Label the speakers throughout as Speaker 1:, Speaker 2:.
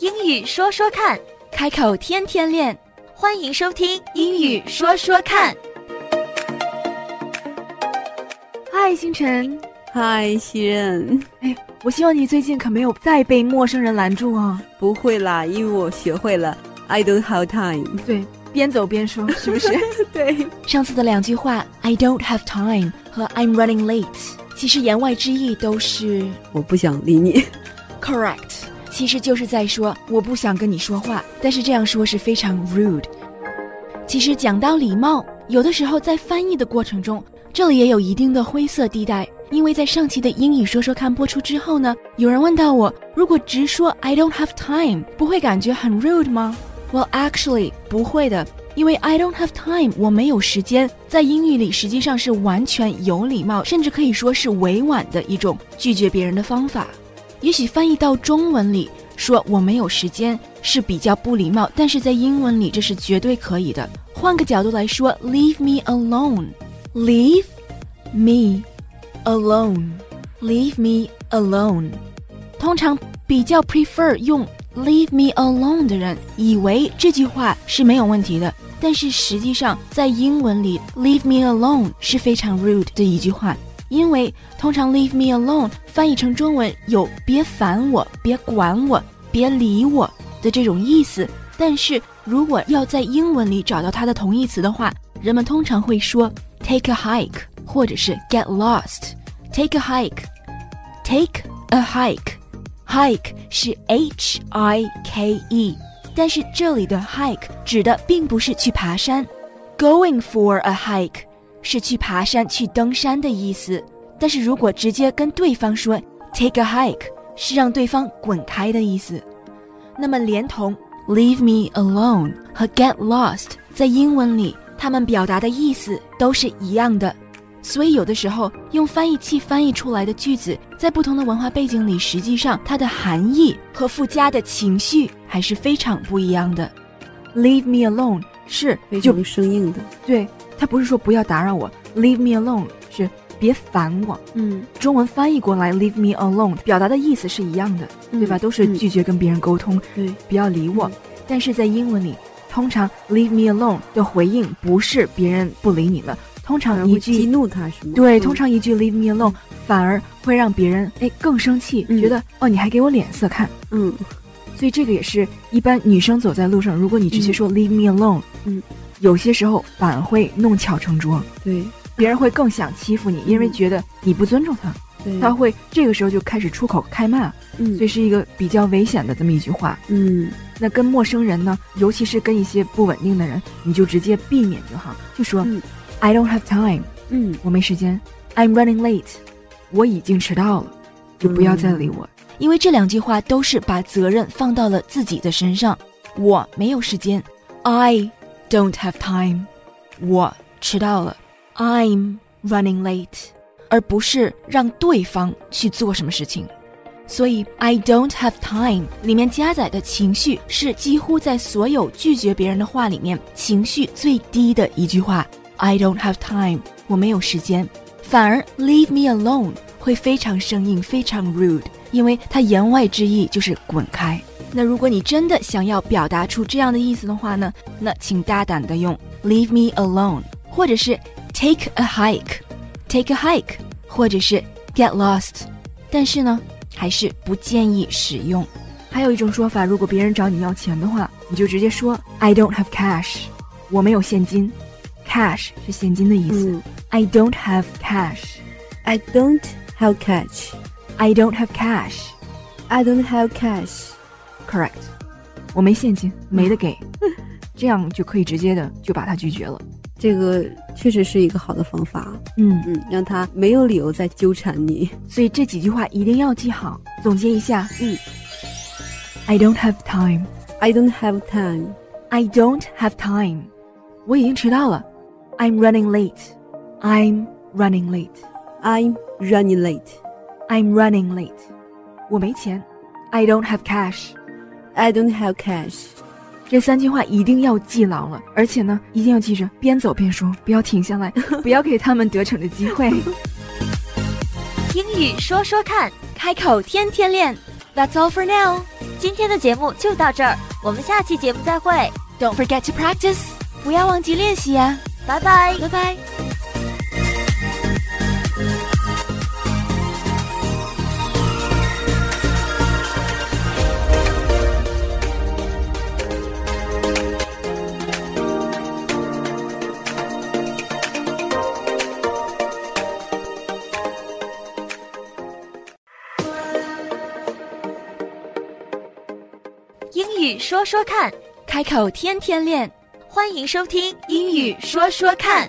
Speaker 1: 英语说说看，
Speaker 2: 开口天天练，
Speaker 1: 欢迎收听《
Speaker 2: 英语说说看》。
Speaker 3: 嗨，星辰，
Speaker 4: 嗨，西任，
Speaker 3: 我希望你最近可没有再被陌生人拦住啊！
Speaker 4: 不会啦，因为我学会了，I don't have time。
Speaker 3: 对，边走边说，是 不是？
Speaker 4: 对，
Speaker 2: 上次的两句话 "I don't have time" 和 "I'm running late" 其实言外之意都是
Speaker 4: 我不想理你。
Speaker 2: correct，其实就是在说我不想跟你说话，但是这样说是非常 rude。其实讲到礼貌，有的时候在翻译的过程中，这里也有一定的灰色地带。因为在上期的英语说说看播出之后呢，有人问到我，如果直说 I don't have time，不会感觉很 rude 吗？Well, actually，不会的，因为 I don't have time，我没有时间，在英语里实际上是完全有礼貌，甚至可以说是委婉的一种拒绝别人的方法。也许翻译到中文里说“我没有时间”是比较不礼貌，但是在英文里这是绝对可以的。换个角度来说，“Leave me alone”，“Leave me alone”，“Leave me alone”，通常比较 prefer 用 “Leave me alone” 的人，以为这句话是没有问题的，但是实际上在英文里，“Leave me alone” 是非常 rude 的一句话。因为通常 “leave me alone” 翻译成中文有“别烦我”“别管我”“别理我”的这种意思，但是如果要在英文里找到它的同义词的话，人们通常会说 “take a hike” 或者是 “get lost”。“take a hike”。“take a hike”。“hike” 是 h i k e，但是这里的 “hike” 指的并不是去爬山。“going for a hike”。是去爬山、去登山的意思，但是如果直接跟对方说 “take a hike”，是让对方滚开的意思。那么，连同 “leave me alone” 和 “get lost” 在英文里，它们表达的意思都是一样的。所以，有的时候用翻译器翻译出来的句子，在不同的文化背景里，实际上它的含义和附加的情绪还是非常不一样的。“leave me alone” 是
Speaker 4: 非
Speaker 3: 就
Speaker 4: 常生硬的。
Speaker 3: 对他不是说不要打扰我，leave me alone 是别烦我。
Speaker 4: 嗯，
Speaker 3: 中文翻译过来，leave me alone 表达的意思是一样的，
Speaker 4: 嗯
Speaker 3: 对吧？都是拒绝跟别人沟通，
Speaker 4: 对，
Speaker 3: 不要理
Speaker 4: 嗯
Speaker 3: 我。但是在英文里，通常 leave me alone 的回应不是别人不理你了，通
Speaker 4: 反而
Speaker 3: 常一
Speaker 4: 会激
Speaker 3: 句
Speaker 4: 怒他，是吗？
Speaker 3: 对，
Speaker 4: 嗯
Speaker 3: 通常一句 leave me alone 反而会让别人哎更生气，
Speaker 4: 嗯
Speaker 3: 觉得哦你还给我脸色看。
Speaker 4: 嗯，
Speaker 3: 所以这个也是一般女生走在路上，如果你直接
Speaker 4: 嗯
Speaker 3: 说 leave me alone，
Speaker 4: 嗯，
Speaker 3: 有些时候反而会弄巧成拙。
Speaker 4: 对
Speaker 3: 别人会更想欺负你，因为
Speaker 4: 嗯
Speaker 3: 觉得你不尊重他，
Speaker 4: 对，
Speaker 3: 他会这个时候就开始出口开骂，
Speaker 4: 嗯
Speaker 3: 所以是一个比较危险的这么一句话。
Speaker 4: 嗯
Speaker 3: 那跟陌生人呢，尤其是跟一些不稳定的人，你就直接避免就好，就说、
Speaker 4: 嗯
Speaker 3: I don't have time，
Speaker 4: 嗯
Speaker 3: 我没时间，I'm running late，我已经迟到了，就不要再理我。
Speaker 2: 嗯因为这两句话都是把责任放到了自己的身上。我没有时间，I don't have time，我迟到了，I'm running late，而不是让对方去做什么事情。所以，I don't have time 里面加载的情绪是几乎在所有拒绝别人的话里面情绪最低的一句话。I don't have time，我没有时间。反而 leave me alone 会非常生硬，非常 rude，因为它言外之意就是滚开。那如果你真的想要表达出这样的意思的话呢，那请大胆的用 leave me alone，或者是 take a hike，take a hike，或者是 get lost。但是呢，还是不建议使用。
Speaker 3: 还有一种说法，如果别人找你要钱的话，你就直接说 I don't have cash，我没有现金，cash 是现金的意思、
Speaker 4: 嗯
Speaker 3: i don't have cash。
Speaker 4: ，I don't have cash。
Speaker 3: I don't have cash.
Speaker 4: I don't have cash。
Speaker 3: Correct. 我没现金，没得给，这样就可以直接的就把他拒绝了。
Speaker 4: 这个确实是一个好的方法，
Speaker 3: 嗯，
Speaker 4: 嗯，让他没有理由再纠缠你。
Speaker 3: 所以这几句话一定要记好。总结一下，
Speaker 4: 嗯
Speaker 3: ，I don't have time.
Speaker 4: I don't have time。
Speaker 3: I don't have time. 我已经迟到了。I'm running late. I'm running late.
Speaker 4: I'm running late。
Speaker 3: I'm running late. 我没钱。I don't have cash.
Speaker 4: I don't have cash。
Speaker 3: 这三句话一定要记牢了，而且呢，一定要记着边走边说，不要停下来， 不要给他们得逞的机会。
Speaker 1: 英语说说看。
Speaker 2: 开口天天练。That's all for now.
Speaker 1: 今天的节目就到这儿，我们下期节目再会，
Speaker 2: Don't forget to practice，不要忘记练习呀、
Speaker 1: 啊拜拜。
Speaker 2: 拜拜。
Speaker 1: 英语说说看，
Speaker 2: 开口天天练，
Speaker 1: 欢迎收听
Speaker 2: 英语说说看。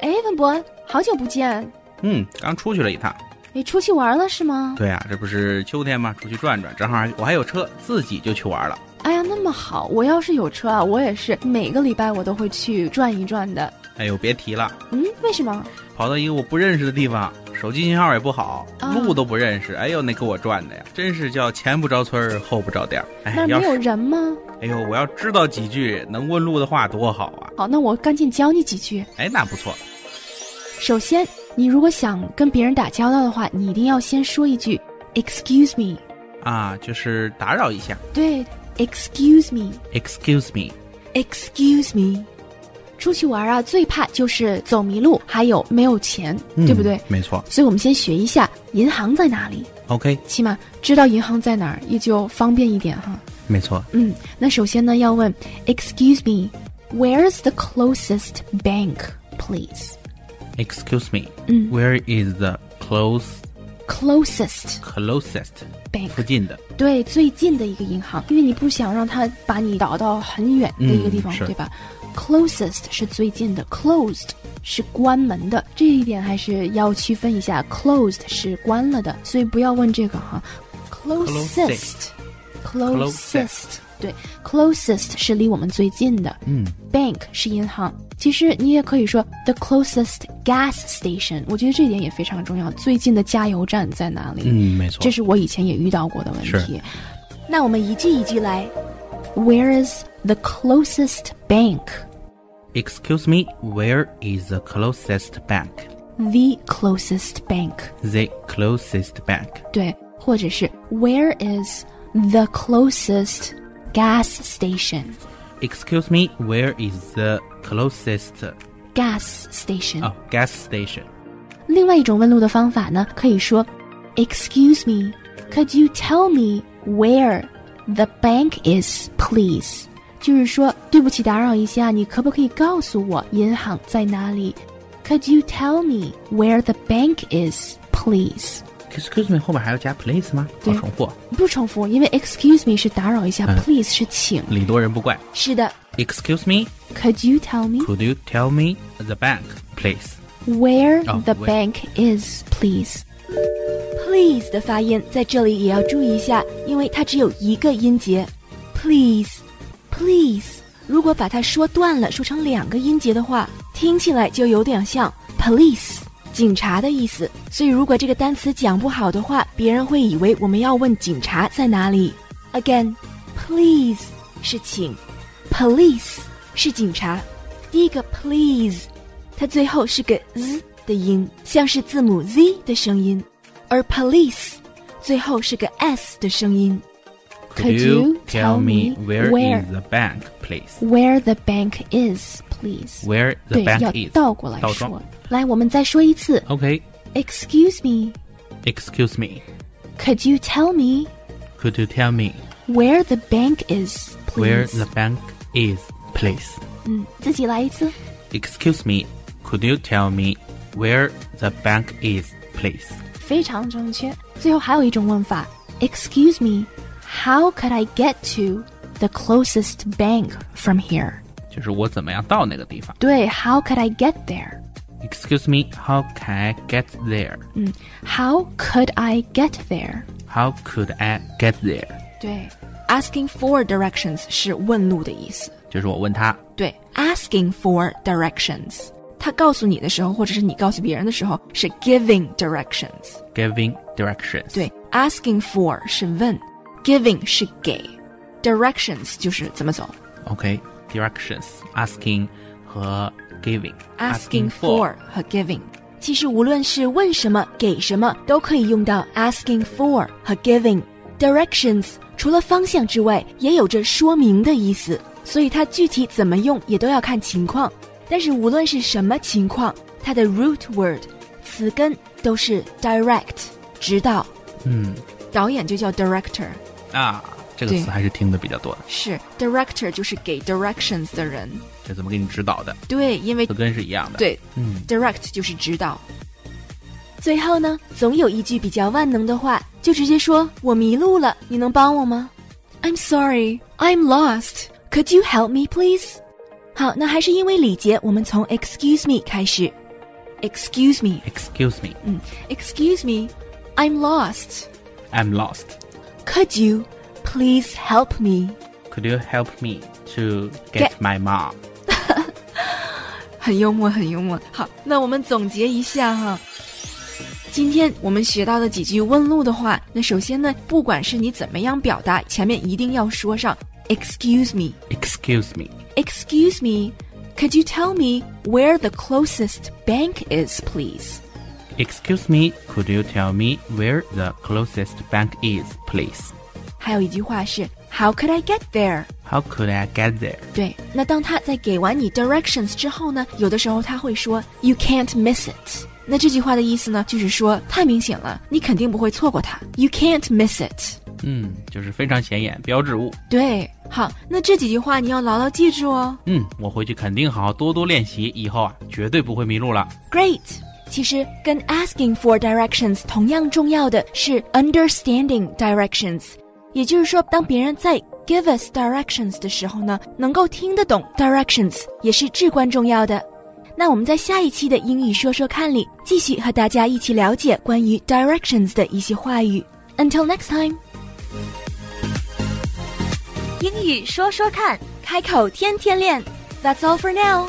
Speaker 2: 哎，文博，好久不见，
Speaker 5: 嗯，刚出去了一趟。
Speaker 2: 你出去玩了是吗？
Speaker 5: 对呀、啊这不是秋天嘛，出去转转，正好还我还有车，自己就去玩了。
Speaker 2: 哎呀，那么好，我要是有车啊，我也是每个礼拜我都会去转一转的。
Speaker 5: 哎呦，别提了，
Speaker 2: 嗯，为什么？
Speaker 5: 跑到一个我不认识的地方，手机信号也不好
Speaker 2: 啊，
Speaker 5: 路都不认识。哎呦，那给我转的呀，真是叫前不着村儿后不着店儿。
Speaker 2: 那
Speaker 5: 哎，
Speaker 2: 儿
Speaker 5: 要
Speaker 2: 没有
Speaker 5: 是
Speaker 2: 人吗？
Speaker 5: 哎呦，我要知道几句能问路的话多好啊！
Speaker 2: 好，那我赶紧教你几句。
Speaker 5: 哎，那不错。
Speaker 2: 首先，你如果想跟别人打交道的话，你一定要先说一句 “excuse me”。
Speaker 5: 啊，就是打扰一下
Speaker 2: 对，“excuse me”。
Speaker 5: ，excuse me。
Speaker 2: Excuse me，出去玩啊，最怕就是走迷路，还有没有钱，
Speaker 5: 嗯
Speaker 2: 对不对？？
Speaker 5: 没错。
Speaker 2: 所以我们先学一下银行在哪里，
Speaker 5: OK，
Speaker 2: 起码知道银行在哪儿，也就方便一点哈。
Speaker 5: 没错。
Speaker 2: 嗯，那首先呢要问，Excuse me，Where's the closest bank, please？
Speaker 5: Excuse me。
Speaker 2: 嗯
Speaker 5: Where is the close
Speaker 2: ，closest
Speaker 5: closest 附
Speaker 2: bank，
Speaker 5: 近的？
Speaker 2: 对，最近的一个银行，因为你不想让他把你导到很远的一个地方，
Speaker 5: 嗯是
Speaker 2: 对吧？Closest 是最近的，closed 是关门的，这一点还是要区分一下。Closed 是关了的，所以不要问这个哈。Closest，closest，,
Speaker 5: Closest
Speaker 2: 对，closest 是离我们最近的。
Speaker 5: 嗯
Speaker 2: Bank 是银行，其实你也可以说 the closest gas station。我觉得这一点也非常重要。最近的加油站在哪里？
Speaker 5: 嗯，没错。
Speaker 2: 这是我以前也遇到过的问题。那我们一句一句来。Where is the closest bank?
Speaker 5: Excuse me, where is the closest bank?
Speaker 2: The closest bank.
Speaker 5: The closest bank.
Speaker 2: 对，或者是 Where is the closest gas station?
Speaker 5: Excuse me, where is the closest
Speaker 2: Gas station.
Speaker 5: 哦 gas station?
Speaker 2: 另外一种问路的方法呢，可以说 Excuse me, could you tell me where the bank is, please？就是说，对不起，打扰一下，你可不可以告诉我银行在哪里？Could you tell me where the bank is, please？
Speaker 5: Excuse me 后面还要加 please 吗？好
Speaker 2: 对
Speaker 5: 重复，
Speaker 2: 不重复，因为 excuse me 是打扰一下、
Speaker 5: 嗯
Speaker 2: p l e a s e 是请。
Speaker 5: 礼多人不怪。
Speaker 2: 是的
Speaker 5: Excuse me,
Speaker 2: ，Could you tell me
Speaker 5: could you tell me the bank, please?
Speaker 2: where
Speaker 5: 哦
Speaker 2: the
Speaker 5: where
Speaker 2: bank is, please？
Speaker 3: please 的发音在这里也要注意一下，因为它只有一个音节。please please，如果把它说断了，说成两个音节的话，听起来就有点像 police 警察的意思。所以如果这个单词讲不好的话，别人会以为我们要问警察在哪里。Again, please 是请，police 是警察。第一个 please，它最后是个 z 的音，像是字母 z 的声音。而 police 最后是个 s 的声音。
Speaker 2: Could you tell me
Speaker 5: where
Speaker 2: where-
Speaker 5: is the bank, please?
Speaker 2: Where the bank is, please？
Speaker 5: Where the
Speaker 2: 对，要
Speaker 5: bank is?
Speaker 2: 倒过来
Speaker 5: 倒
Speaker 2: 说
Speaker 5: 装。。
Speaker 2: 来，我们再说一次。
Speaker 5: Okay,
Speaker 2: Excuse me,
Speaker 5: excuse me,
Speaker 2: could you tell me
Speaker 5: could you tell me
Speaker 2: where the bank is,
Speaker 5: where
Speaker 2: please?
Speaker 5: the bank is, please?
Speaker 2: 嗯，自己来一次。
Speaker 5: Excuse me, could you tell me where the bank is, please?
Speaker 2: 非常正确。最后还有一种问法，Excuse me, how could I get to the closest bank from here？
Speaker 5: 就是我怎么样到那个地方
Speaker 2: 对，How could I get there？
Speaker 5: ？Excuse me, how can I get there?
Speaker 2: 嗯，How could I get there？
Speaker 5: How could I get there?
Speaker 2: 对
Speaker 3: Asking for directions 是问路的意思。
Speaker 5: 就是我问他，
Speaker 3: 对，asking for directions，他告诉你的时候，或者是你告诉别人的时候，是 giving directions。
Speaker 5: giving directions。
Speaker 3: 对，asking for 是问，giving 是给，directions 就是怎么走。
Speaker 5: ，OK，directions，asking 和 giving。
Speaker 3: asking for 和 giving。
Speaker 2: 其实无论是问什么、给什么，都可以用到 asking for 和 giving。Directions 除了方向之外，也有着说明的意思，所以它具体怎么用也都要看情况。但是无论是什么情况，它的 root word 词根都是 direct，指导。
Speaker 5: 嗯
Speaker 2: 导演就叫 director，
Speaker 5: 啊，这个
Speaker 2: 对
Speaker 5: 词还是听的比较多的。
Speaker 2: 是 director 就是给 directions 的人。
Speaker 5: 这怎么给你指导的？
Speaker 2: 对，因为
Speaker 5: 词根是一样的。，
Speaker 2: 对
Speaker 5: 嗯
Speaker 2: direct 就是指导。最后呢，总有一句比较万能的话，就直接说：“我迷路了，你能帮我吗？”I'm sorry, I'm lost. Could you help me, please? 好，那还是因为礼节，我们从 Excuse me 开始。Excuse me,
Speaker 5: ，Excuse me,
Speaker 2: Excuse me, I'm lost.
Speaker 5: I'm lost.
Speaker 2: Could you please help me?
Speaker 5: Could you help me to get,
Speaker 2: Get-
Speaker 5: my mom？
Speaker 2: 很幽默，很幽默。好，那我们总结一下哈。今天我们学到的几句问路的话，那首先呢，不管是你怎么样表达，前面一定要说上 “excuse me,
Speaker 5: Excuse me,
Speaker 2: excuse me, could you tell me where the closest bank is, please？”
Speaker 5: excuse me. Could you tell me where the closest bank is, please?
Speaker 2: 还有一句话是 “How could I get there？”
Speaker 5: How could I get there?
Speaker 2: 对，那当他在给完你 directions 之后呢，有的时候他会说 “You can't miss it”。那这句话的意思呢，就是说太明显了，你肯定不会错过它。You can't miss it。
Speaker 5: 嗯，就是非常显眼，标志物。
Speaker 2: 对，好，那这几句话你要牢牢记住哦。
Speaker 5: 嗯，我回去肯定好好多多练习，以后啊绝对不会迷路了。
Speaker 2: Great。其实跟 asking for directions 同样重要的是 understanding directions，也就是说，当别人在 give us directions 的时候呢，能够听得懂 directions 也是至关重要的。那我们在下一期的英语说说看里，继续和大家一起了解关于 directions 的一些话语。Until next time，
Speaker 1: 英语说说看。
Speaker 2: 开口天天练。That's all for now.